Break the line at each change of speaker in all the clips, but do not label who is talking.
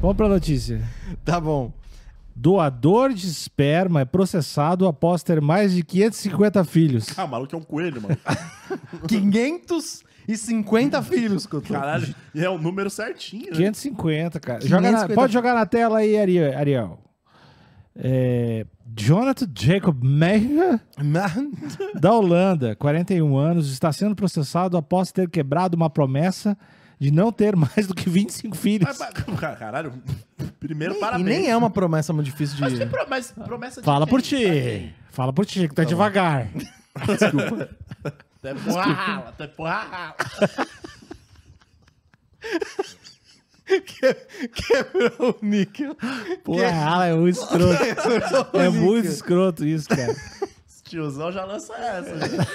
Vamos para a notícia.
Tá bom.
Doador de esperma é processado após ter mais de 550 filhos.
Ah, o maluco é um coelho, mano.
550 filhos, Couto.
Caralho. E é o número certinho, né?
550, cara. Joga na-
550.
pode jogar na tela aí, Ari- Ariel. É, Jonathan Jacob Meyer, da Holanda, 41 anos, está sendo processado após ter quebrado uma promessa de não ter mais do que 25
Ah,
filhos.
ba- Ca- Caralho. Primeiro,
E
parabéns.
nem é uma promessa muito difícil
Mas tem
de.
promessa, promessa de
Fala
quem?
por ti. Fala por ti, que tá devagar.
Tá porra rala, tá porra rala.
Quebrou o níquel.
Porra, ela é um escroto. É muito escroto isso, cara.
Esse tiozão já lança essa. gente.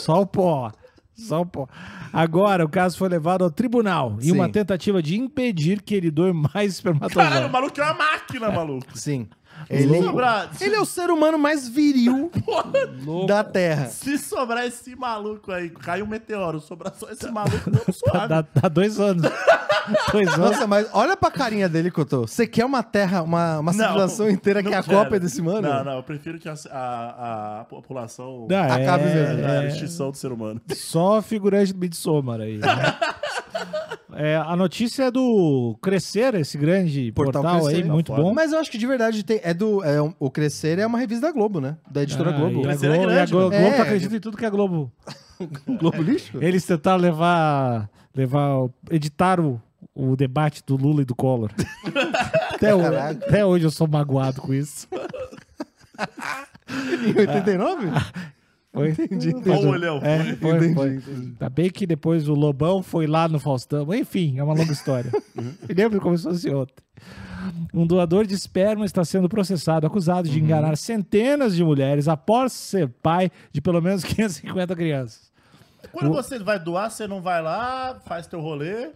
Só o pó. Só o pó. Agora, o caso foi levado ao tribunal em
Sim.
uma tentativa de impedir que ele doe mais
Caralho, o
espermatozoides.
maluco é uma máquina, maluco.
Sim.
Se
Ele,
sobrar,
ele é o ser humano mais viril da Terra.
se sobrar esse maluco aí, cai um meteoro, sobrar só esse maluco, não
Dá,
suave.
dá- dá dois anos. dois anos.
Nossa, mas olha pra carinha dele, Couto. Você quer uma terra, uma, uma
Não,
civilização inteira
não
que é a
quero.
cópia desse mano?
Não, não, eu prefiro que a, a- a população
Não, é-
Acabe
é,
mesmo. né?
a
é-
extinção do ser humano.
Só figurante do Midsommar aí. né? É, a notícia é do Crescer, esse grande portal,
Portal
aí,
Crescer. é
muito bom.
Mas eu acho que de verdade tem, é do. é um- o Crescer é uma revista da Globo, né? Da editora
Ah,
Globo.
E a
Crescer é
Globo, e a
grande,
Globo,
mano.
Globo
É.
acredita em tudo que a Globo. é
Globo lixo?
Eles tentaram levar. levar o- editar o, o debate do Lula e do Collor. até, hoje,
Caraca.
até hoje eu sou magoado com isso.
Em 89?
Foi? Entendi.
Olha o olhão.
É, foi,
Entendi,
foi.
entendi.
Ainda bem que depois o Lobão foi lá no Faustão. Enfim, é uma longa história. Me lembro como se fosse ontem. Um doador de esperma está sendo processado, acusado
Uhum.
de enganar centenas de mulheres após ser pai de pelo menos 550 crianças.
Quando você vai doar, você não vai lá, faz teu rolê.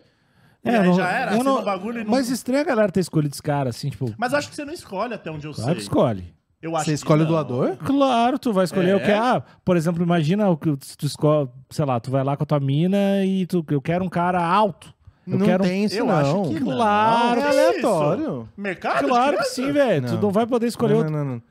E
É,
aí
não-
já era,
eu
assina
não-
o bagulho e não.
Mas estranho a galera ter escolhido esse cara, assim, tipo,
Mas acho que você não escolhe até onde eu
claro que
sei.
escolhe.
Eu acho
Você
que
escolhe o
não.
doador?
Claro, tu vai escolher
É.
o que é. Ah, por exemplo, imagina o que tu escolhe, sei lá, tu vai lá com a tua mina e tu, eu quero um cara alto. Eu
não
quero um-
tem isso,
eu
não.
acho que não.
Claro,
é
que
aleatório.
Mercado? de
Claro que
criança?
sim, velho. Tu
Não.
não vai poder escolher
Não,
outro.
não, não, não.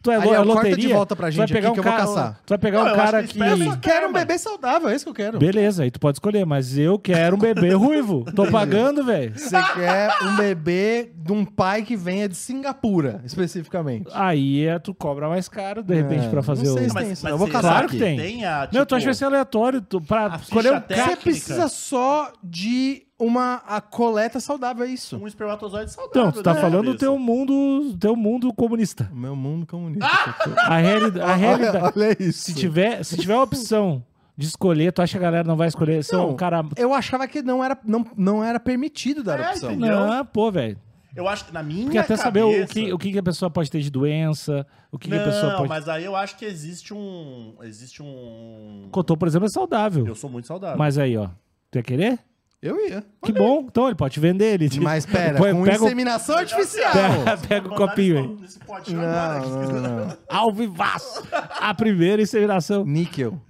Tu é, lo-
Aliás,
é loteria.
corta de volta pra
Tu
gente
vai pegar
aqui
um
que eu vou
cara,
caçar.
Tu vai pegar
Não, eu
um
acho
cara
que
que.
espera só-
Eu quero um bebê saudável, é isso que eu quero.
Beleza, aí tu pode escolher, mas eu quero um bebê ruivo. Tô pagando, velho.
Você quer um bebê de um pai que venha de Singapura, especificamente.
Aí é, tu cobra mais caro, de repente,
É,
pra fazer
não
o.
sei se
Mas,
Tem isso,
mas
não. Eu vou
será
caçar
Claro
aqui.
que tem.
Tem a,
Não, tu
tipo,
acha que vai ser aleatório tu, pra
a
escolher um
ficha
cara.
Você
técnica.
precisa só de uma a coleta saudável, é isso.
um espermatozoide saudável.
assim. Então, tu tá
né,
falando do
Wilson?
teu mundo, teu mundo comunista.
O meu mundo comunista.
Ah!
A, realida- a realidade.
olha, olha isso.
Se tiver, se tiver a opção de escolher, tu acha que a galera não vai escolher? São
Não.
um cara.
Eu achava que não era, não, não era permitido dar
É,
opção.
entendi.
Não, pô, velho.
Eu acho que na minha
Porque até saber o
cabeça-
que, o que que a pessoa pode ter de doença, o que, que a pessoa
Não,
pode.
mas aí eu acho que existe um... Existe um...
Cotô, por exemplo, é saudável.
Eu sou muito saudável.
Mas aí, ó. Tu ia querer?
Eu ia.
Que bom. Então ele pode te vender. Ele te-
Mas pera,
Põe-
com
pega, o-
inseminação é
É assim, ah,
artificial.
pega, pega o copinho aí.
Nesse potinho agora.
Não, não, não, não.
Alvivaço! A primeira inseminação.
Níquel,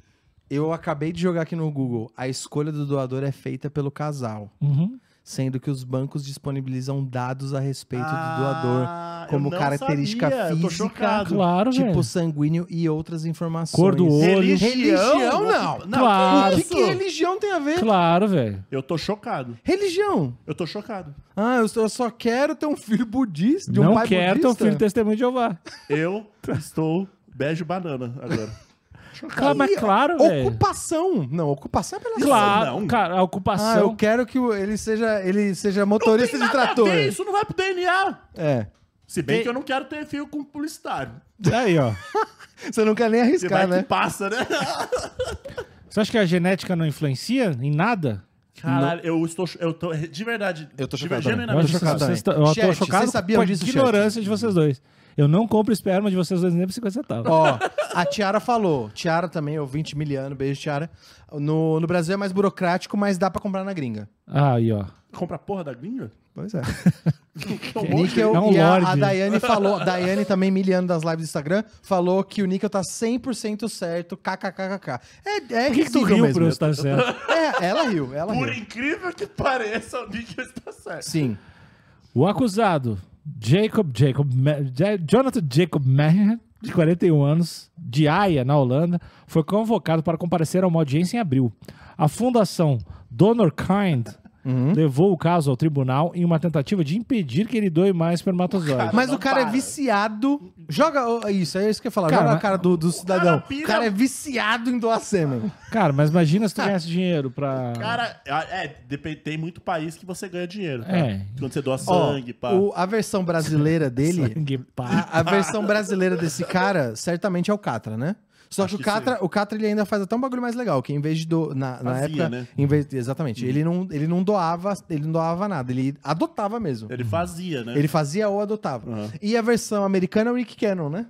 eu acabei de jogar aqui no Google. A escolha do doador é feita pelo casal,
Uhum.
sendo que os bancos disponibilizam dados a respeito
Ah,
do doador,
eu
como
não
característica
sabia, eu tô
física,
chocado.
Claro,
tipo
velho.
sanguíneo e outras informações.
Cor do olho.
Religião?
Religião, não.
Claro.
O
que
que,
isso?
que religião tem a ver?
Claro, velho.
Eu tô chocado.
Religião.
Eu tô chocado.
Ah, eu só, eu só quero ter um filho budista, de um
Não
pai
quero teu
budista.
filho testemunho de Jeová.
Eu estou bege banana agora. Chocado.
Claro, Ah, mas claro, velho.
Ocupação. Não, ocupação é pela
Claro,
Não.
cara, a
Ah, eu
ocupação.
quero que o- ele seja, ele seja motorista de
Nada a
trator.
ver, Isso não vai pro DNA.
É.
Se bem
E-
que eu não quero ter filho com publicitário.
Aí, ó.
Você não quer nem
Você
arriscar,
vai
né?
que passa, né?
Você acha que a genética não influencia em nada?
Caralho, eu estou. Eu tô, de verdade.
Eu tô
de-
chocado também.
Eu,
Genuinamente
acho
Tô chocado
que vocês
também.
tão- eu tô
né, Chat,
chocado
vocês sabiam
com a
disso, chat?
ignorância de vocês dois. Eu não compro esperma de vocês dois nem por 50 centavos.
Ó, a Tiara falou. Tiara também, ouvinte miliano, beijo, Tiara. No, no Brasil é mais burocrático, mas dá pra comprar na gringa.
Ah, aí, ó.
Compra a porra da gringa?
Pois é.
Que é um monte de-
Níquel
É um
e a, a
lorde.
Daiane falou, Daiane também, miliano das lives do Instagram, falou que o Níquel tá 100% certo, kkkk. É, é
Por que, que tu
risível
riu
mesmo.
pra eu estar certo?
É, ela riu, ela
Por
riu.
incrível que pareça, o Nick está certo.
Sim.
O acusado, Jacob, Jacob, Ma- Ja- Jonathan Jacob Mahan, de 41 anos, de Haia, na Holanda, foi convocado para comparecer a uma audiência em abril. A fundação DonorKind
Uhum.
levou o caso ao tribunal em uma tentativa de impedir que ele doe mais espermatozoides.
Mas
não
o cara é
para.
viciado. Joga. oh, Isso, é isso que eu ia falar.
Cara,
Joga a
mas-
cara do, do cidadão.
Cara, pira-
O cara é viciado em doar sêmen.
Cara, mas imagina se tu ganhasse dinheiro pra...
Cara, é, é, depende- tem muito país que você ganha dinheiro. tá?
É.
Quando você doa
Ó,
sangue, pá.
o- a versão brasileira dele.
Sangue, pá.
a, a versão brasileira desse cara certamente é o Catra, né? Só que,
Acho
o
que
Catra, o Catra ele ainda faz até um bagulho mais legal, que em vez de do, na, na
Fazia,
época,
né?
em vez exatamente, ele não ele não doava, ele não doava nada, ele adotava mesmo.
Ele fazia, né?
Ele fazia ou adotava.
Uhum.
E a versão americana é o Nick Cannon, né?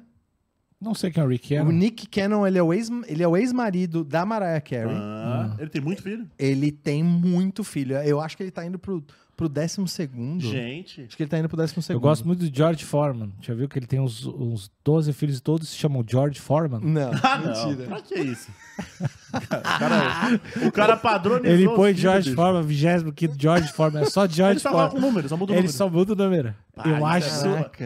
Não sei quem é o Rick
O
Cannon.
Nick Cannon, ele é o ex, ele é o ex-marido da Mariah Carey.
Ah, Ele tem muito filho.
Ele tem muito filho. Eu acho que ele tá indo pro, pro décimo segundo.
Gente.
Acho que ele tá indo pro décimo
Eu
segundo.
gosto muito do George Foreman. Já viu que ele tem uns, uns 12 filhos e todos se chamam George Foreman?
Não,
Ah, não.
mentira.
Pra que isso? Cara, o cara padronizou.
Ele
os
põe
filhos,
George
bicho.
Foreman, 25 George Foreman. É só
Ele
George
só
Foreman.
coloca o número, só muda o
Ele
número.
só muda o número.
Ah,
Eu
isso
acho
é
caraca.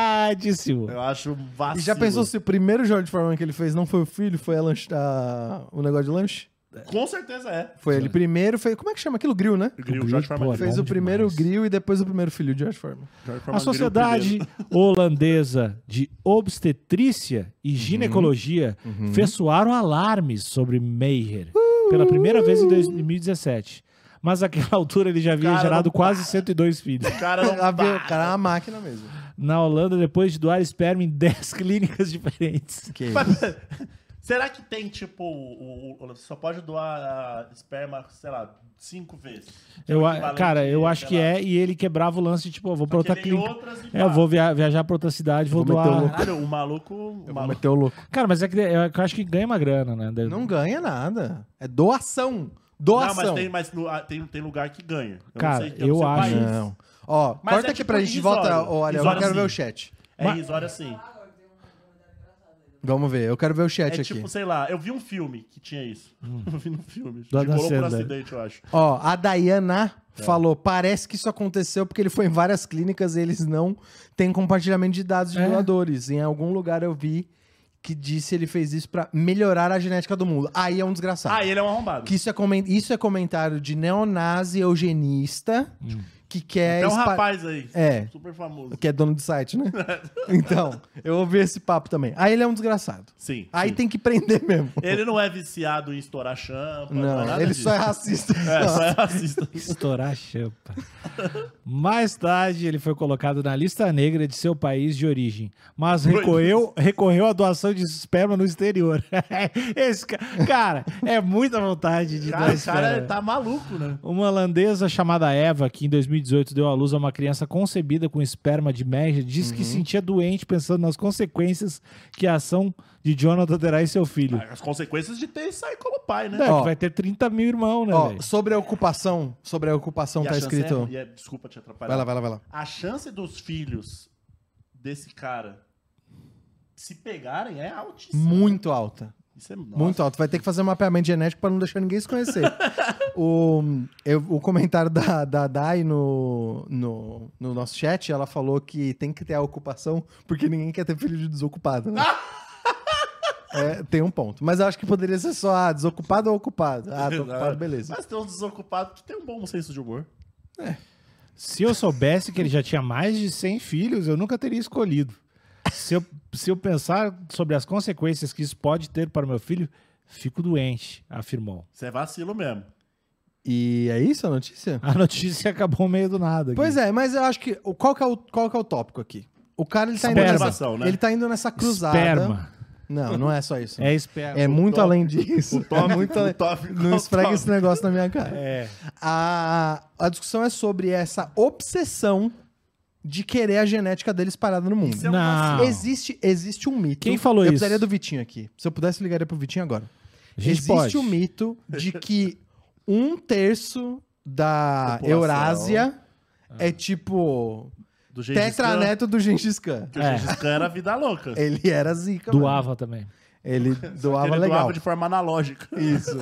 iradíssimo.
Eu acho vacilo.
E já pensou se o primeiro George Foreman um que ele fez não foi o filho, foi a lanche, a- o negócio de lanche?
Com certeza é.
Foi ele primeiro, fez. Como é que chama aquilo? Grill, né?
Grill, é
Grill,
Jorge
pô,
Foreman.
fez
bom
o primeiro
demais.
grill e depois o primeiro filho, o George Foreman.
Jorge Foreman
A
Grill
Sociedade Holandesa de Obstetrícia e Ginecologia fessoaram alarmes sobre Meijer pela primeira vez em 2017. Mas àquela altura ele já havia
Cara,
gerado
não-
quase 102 filhos.
O cara não
Ela viu- O cara é uma máquina mesmo.
Na Holanda, depois de doar esperma em 10 clínicas diferentes.
Que isso.
Mas, será que tem, tipo, o, o- o- só pode doar ah, esperma, sei lá, cinco vezes? Que é o
Eu, a-
equivalente,
cara, eu acho
sei
que
lá,
é, e ele quebrava o lance de, tipo, eu vou pra outra
porque tem
clínica.
outras e
É, eu
pá.
vou via- viajar pra outra cidade, vou,
vou meter o
doar.
louco.
Caralho, o maluco. O
Vou
maluco
meter o louco.
Cara, mas é que eu acho que ganha uma grana, né? Deve-
Não ganha nada. É doação.
não, mas,
Doação.
tem, mas no- ah, tem, tem lugar que ganha. Eu
Cara,
não sei,
eu
não sei o
acho-
país.
Não. Ó,
Mas
corta
é
aqui
tipo
pra gente de
irrisório.
volta. Olha, eu
Irrisório
quero ver
sim.
o chat.
É irrisório assim.
Vamos ver, eu quero ver o chat
É
aqui. Hum.
tipo, sei lá, eu vi um filme que tinha isso. Eu vi num filme.
Do
Tipo,
Adam
rolou por
Sandler.
acidente, eu acho.
Ó, a Dayana falou: parece que isso aconteceu porque ele foi em várias clínicas e eles não têm compartilhamento de dados de
É.
doadores. Em algum lugar eu vi que disse ele fez isso pra melhorar a genética do mundo. Aí é um desgraçado.
Ah, ele é um arrombado.
Que isso, é comen- isso é comentário de neonazi eugenista que quer.
é um
espalhar-
rapaz aí.
É.
Super famoso.
Que é dono de site, né? então, eu ouvi esse papo também. Aí ele é um desgraçado.
Sim.
Aí
sim.
tem que prender mesmo.
Ele não é viciado em estourar champa. é
Não,
nada
ele
disso.
só é racista.
É, só é racista.
Estourar a champa. Mais tarde, ele foi colocado na lista negra de seu país de origem, mas recorreu, recorreu à doação de esperma no exterior. Esse ca- cara, é muita vontade de
Cara,
dar
o cara
é.
esperma.
tá maluco, né?
Uma holandesa chamada Eva, que em 2018 deu à luz a uma criança concebida com esperma de média, disse
Uhum.
que sentia doente pensando nas consequências que a ação de Jonathan terá em seu filho.
Ah, As consequências de ter sair como pai, né?
É,
Ó.
que vai ter 30 mil irmãos, né,
Ó,
velho?
sobre a ocupação, sobre a ocupação
E a
tá
chance
escrito.
é- e é- desculpa te atrapalhar.
Vai lá, vai lá, vai lá.
A chance dos filhos desse cara se pegarem é altíssima.
Muito alta.
Isso é
Muito alta. Vai ter que fazer um mapeamento genético pra não deixar ninguém se conhecer. o, eu- o comentário da, da Dai no, no, no nosso chat, ela falou que tem que ter a ocupação, porque ninguém quer ter filho de desocupado, né? É, tem um ponto. Mas eu acho que poderia ser só ah, desocupado ou ocupado. Ah, tô ocupado, beleza.
Mas tem uns desocupados que tem um bom senso de humor.
Se eu soubesse que ele já tinha mais de 100 filhos, eu nunca teria escolhido. Se eu, se eu pensar sobre as consequências que isso pode ter para meu filho, fico doente, afirmou.
Isso é vacilo mesmo.
E é isso a notícia?
A notícia acabou meio do nada. aqui.
Pois é, mas eu acho que. o- Qual que é o, qual que é o tópico aqui? O cara ele tá, indo
Esperma.
nessa,
Né?
ele tá indo nessa cruzada.
Esperma.
Não, não é só isso.
É esperma.
É muito
Tom-
além disso.
o Tom-
é muito
o
além-
Tom-
Não
o
esfrega
Tom-
esse negócio na minha cara.
É.
A, a discussão é sobre essa obsessão de querer a genética deles parada no mundo.
Isso é um
Não.
Existe, existe um mito.
Ah. Quem falou
eu
isso?
precisaria do Vitinho aqui. Se eu pudesse, eu ligaria pro Vitinho agora.
A gente
existe
pode.
um mito de que um terço da
População.
Eurásia é tipo
Do Gengis
tetraneto do Gengis Khan.
Khan. Que o Gengis Khan era vida louca.
né? Ele era zica. mano.
Doava também.
Ele doava
Ele
legal.
doava de forma analógica.
Isso.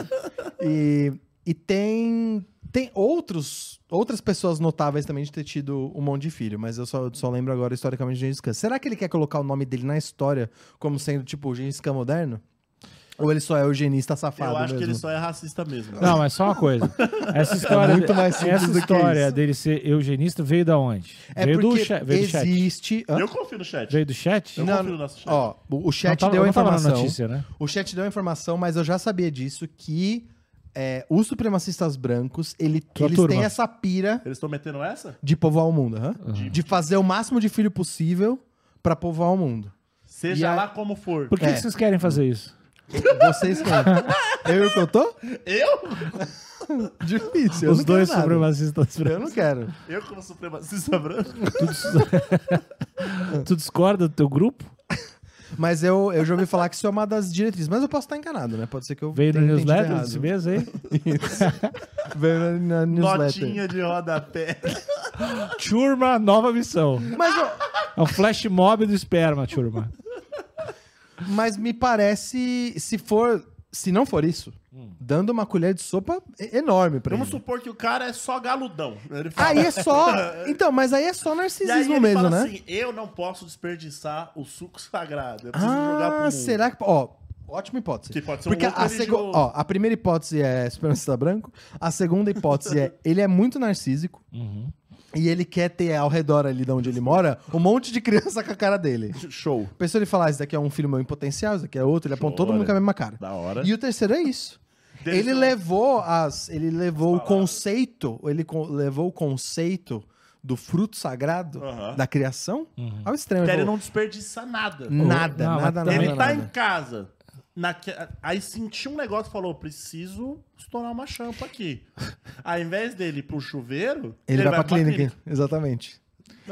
E, e tem, tem outros, outras pessoas notáveis também de ter tido um monte de filho, mas eu só, só lembro agora historicamente de Gengis Khan. Será que ele quer colocar o nome dele na história como sendo tipo o Gengis Khan moderno? Ou ele só é eugenista safado
Eu acho que
mesmo?
ele só é racista mesmo.
Não, mas só uma coisa. Essa história,
É muito mais simples
essa
do que
história
isso.
dele ser eugenista veio da onde?
É
veio, do
porque
cha- veio do chat.
existe... Hã?
Eu confio no chat.
Veio do chat?
Eu
Não,
confio no nosso chat.
Ó, o, o chat
Não tava-
deu a
não tava na
informação.
notícia, né?
O chat deu a informação, mas eu já sabia disso, que é, os supremacistas brancos, ele,
Sua
eles
turma.
têm essa pira
Eles estão metendo essa?
de povoar o mundo, aham.
Uhum.
de fazer o máximo de filho possível pra povoar o mundo.
Seja
E a-
lá como for.
Por que,
É.
que vocês querem fazer isso?
Vocês quem? eu e o que eu tô?
Eu?
Difícil. eu
Os
não
dois
quero nada.
supremacistas brancos.
Eu não quero.
Eu como supremacista branco?
Tu discorda do teu grupo?
Mas eu, eu já ouvi falar que isso é uma das diretrizes. Mas eu posso estar enganado, né? Pode ser que eu.
Veio no
tenha entendido
newsletter
errado.
desse mês aí?
Veio na, na newsletter.
Notinha de rodapé.
Turma, nova missão.
Mas, eu-
É o flash mob do esperma, turma.
mas me parece, se for. Se não for isso, dando uma colher de sopa e- enorme pra
Hum. Vamos
ele.
supor que o cara é só galudão. Ele fala-
Aí é só. Então, mas aí é só
E aí
narcisismo
ele
mesmo,
fala
né?
assim, eu não posso desperdiçar o suco sagrado. Eu preciso jogar pro
Ah,
mundo.
será que. Ó, ótima hipótese.
Que pode ser um
Porque
louco
a, segu-
religioso.
ó, a primeira hipótese é supremacista branco. A segunda hipótese é ele é muito narcísico. E ele quer ter ao redor ali de onde ele mora um monte de criança com a cara dele.
Show.
Pensou ele falar, esse daqui é um filho meu em potencial, esse daqui é outro, ele aponta todo
Olha,
mundo com a mesma cara.
da hora.
E o terceiro é isso.
Deve
ele
ser um-
levou as. Ele levou o conceito. Ele co- levou o conceito do fruto sagrado
Aham.
da criação ao extremo. Ele
Quer ele
falou,
não desperdiçar nada.
Nada,
Uhum. Não, mas
nada, nada.
também-
ele
nada. né?
tá em casa. naque- Aí sentiu um negócio e falou: preciso estourar uma champa aqui. Ao invés dele ir pro chuveiro,
Ele, vai, pra, clínica. exatamente.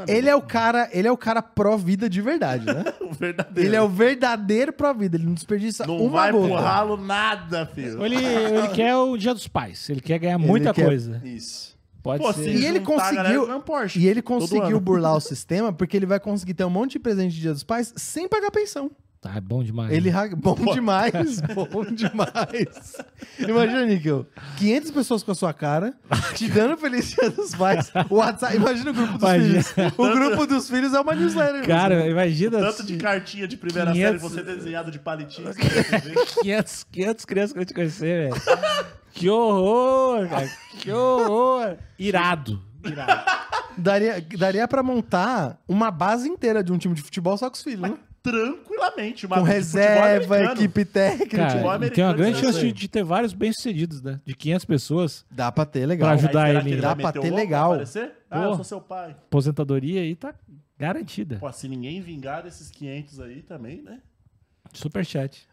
Ele é o cara, ele é o cara pró-vida de verdade, né?
O verdadeiro.
ele é o verdadeiro pró-vida, ele não desperdiça
Não
uma
vai pro
gota.
ralo nada, filho.
Ele, ele quer o dia dos pais. Ele quer ganhar
Ele
muita
quer-
coisa.
Isso.
Pode
Pô,
ser.
se
E ele
juntar a galera,
conseguiu-
ganha um Porsche.
E ele
Todo
conseguiu
ano.
burlar o sistema porque ele vai conseguir ter um monte de presente de Dia dos Pais sem pagar pensão.
Tá, é bom demais.
Ele ra- bom demais, bom demais. Imagina, Níquel, 500 pessoas com a sua cara, te dando feliz Dia dos Pais. O WhatsApp, imagina o grupo dos
Imagina.
filhos. O grupo dos filhos é uma newsletter.
Cara, imagina
Tanto de cartinha de primeira
500.
série, você desenhado de palitinho.
500, 500 crianças que eu te conhecer, velho. Que horror, cara. Que horror. Irado. Irado.
Daria, daria para montar uma base inteira de um time de futebol só com os filhos, né?
tranquilamente. Uma
Com
de futebol é
reserva,
americano.
equipe técnica. tipo,
Cara,
futebol
e tem uma
americano,
grande
né?
chance de, de ter vários bem-sucedidos, né? De 500 pessoas,
Dá pra ter, legal.
Pra
Aí
ajudar
será
ele.
que
Dá
vai
pra
meter o
ter
louco
legal.
pra aparecer? Ah, eu
Pô.
sou seu pai.
aposentadoria aí tá garantida.
Pô, se ninguém vingar desses 500 aí também, né?
Superchat.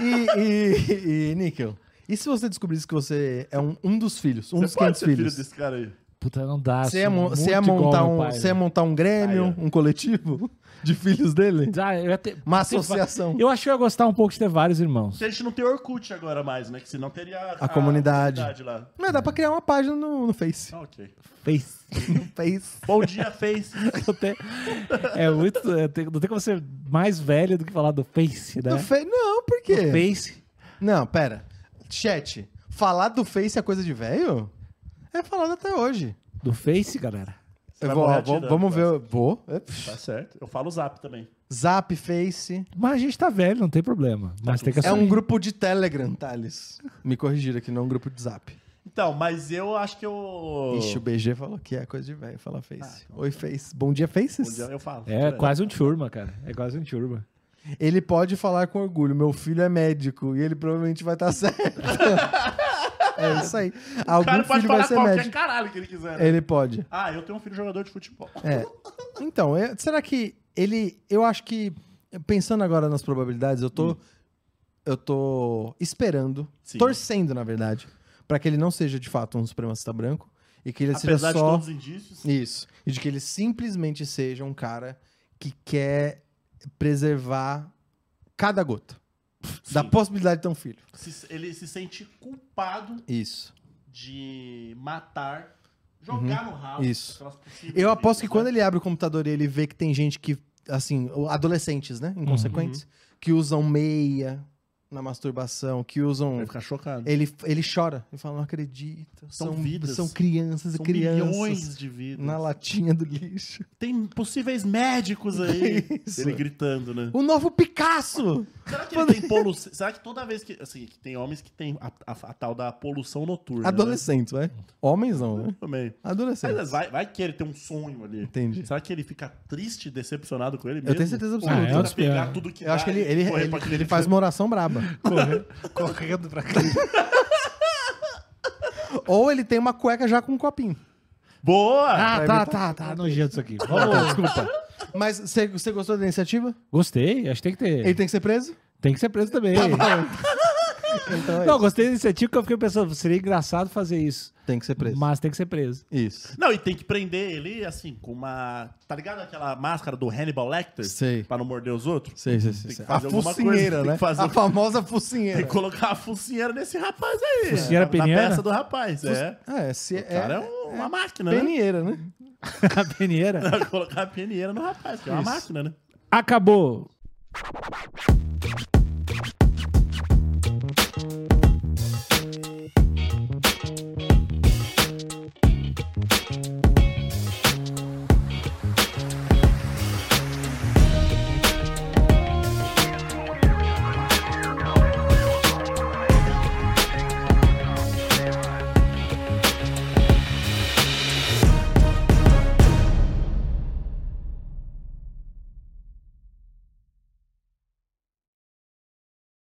E, e, e, Níquel, e se você descobrisse que você é um, um dos filhos, um dos
Você pode
500
ser filho
filhos?
desse cara aí.
Puta, não dá.
Você
sou
ia, mo-
muito
você ia
igual
montar
ao
um,
meu pai,
você ia montar um grêmio,
Aí,
um coletivo de filhos dele?
velho. Ah, eu ia ter-
Uma associação.
Eu acho que eu ia gostar um pouco de ter vários irmãos.
Se a gente não tem Orkut agora mais, né? Que senão teria
A comunidade.
lá.
Não, dá pra criar uma página no, no Face.
Ah, ok.
Face.
No Face.
Bom dia, Face.
Não tem- É muito. é, tem- Não tem como ser mais velho do que falar do Face, né?
No Face. Não, por
Do
quê?
Face.
Não, pera. Chat, falar do Face é coisa de velho? É falado até hoje.
Do Face, galera.
Você
Eu
vai
vou,
morrer
ó, vou-
atirando, né?
vamos
vai.
ver. Vou. É, pff.
Tá certo. Eu falo zap também.
Zap, Face.
Mas a gente tá velho, não tem problema. Mas tem que
É
assumir.
um grupo de Telegram, Thales. Me corrigiram aqui, não é um grupo de Zap.
Então, mas eu acho que eu.
Ixi, o BG falou que é coisa de velho falar Face. Oi, Face. Bom dia,
Ah, então tá. Bom
Faces.
dia, eu falo.
É quase um turma, cara. É quase um turma.
Ele pode falar com orgulho, meu filho é médico e ele provavelmente vai estar certo. é isso aí.
O
Algum
cara pode
filho vai
falar
ser
qualquer
médico.
caralho que ele quiser. né?
Ele pode.
Ah, eu tenho um filho jogador de futebol.
É. Então, é- será que ele. Eu acho que pensando agora nas probabilidades, eu tô, eu tô esperando,
Hum. Sim.
torcendo, na verdade, pra que ele não seja de fato um supremacista branco e que ele
Apesar
seja
de
só
todos os indícios.
isso e de que ele simplesmente seja um cara que quer preservar cada gota da
sim.
possibilidade de ter um filho.
Se- ele se sente culpado
Isso.
de matar, jogar no ralo.
Uhum. Isso.
aquelas possíveis
Eu aposto que
brigas,
quando ele abre o computador e ele vê que tem gente que, assim, o- adolescentes, né? Inconsequentes,
Uhum.
que usam meia na masturbação, que
né?
usam.
Vai ficar chocado.
Ele, ele chora. Ele fala, não acredito.
São
São,
vidas.
São crianças e
São
crianças.
milhões de vidas.
Na latinha do lixo.
Tem possíveis médicos aí.
Isso.
Ele gritando, né?
O novo Picasso!
Será que ele tem poluição? Será que toda vez que. Assim, que tem homens que tem a, a- a tal da poluição noturna.
Adolescentes, vai. Homens não, né?
Né? Também.
Adolescentes.
Mas vai, vai que ele tem um sonho ali.
Entendi.
Será que ele fica triste, decepcionado com ele mesmo?
Eu tenho certeza
Ah, é
absoluta.
os-
pegar tudo que
Eu acho que
dá
ele,
e
ele,
correr
ele,
pra aquele
ele faz uma oração braba.
Corre- correndo pra cá.
Ou ele tem uma cueca já com um copinho.
Boa!
Ah, tá, tá, tá. Nojento isso aqui. Vamos, desculpa.
Mas você você gostou da iniciativa?
Gostei, acho que tem que ter.
Ele Tá tem que ser preso?
Tem que ser preso também.
Então é
Não,
isso.
gostei da iniciativa porque eu fiquei pensando, seria engraçado fazer isso.
Tem que ser preso.
Mas tem que ser preso.
Isso.
Não, e tem que prender ele, assim, com uma. Tá ligado aquela máscara do Hannibal Lecter?
Sei.
Pra não morder os outros?
Sei, sei, sei.
Tem que
sei. A
fazer alguma coisa,
focinheira,
tem
né?
que fazer-
A famosa
Tem
focinheira.
que colocar a focinheira nesse rapaz aí.
Focinheira
na,
peniana?
Na peça do rapaz, é.
Ah, é, se é,
O cara é, um- uma máquina, né?
peneira, né?
A peneira.
colocar a peneira no rapaz, que é uma máquina, né?
Acabou.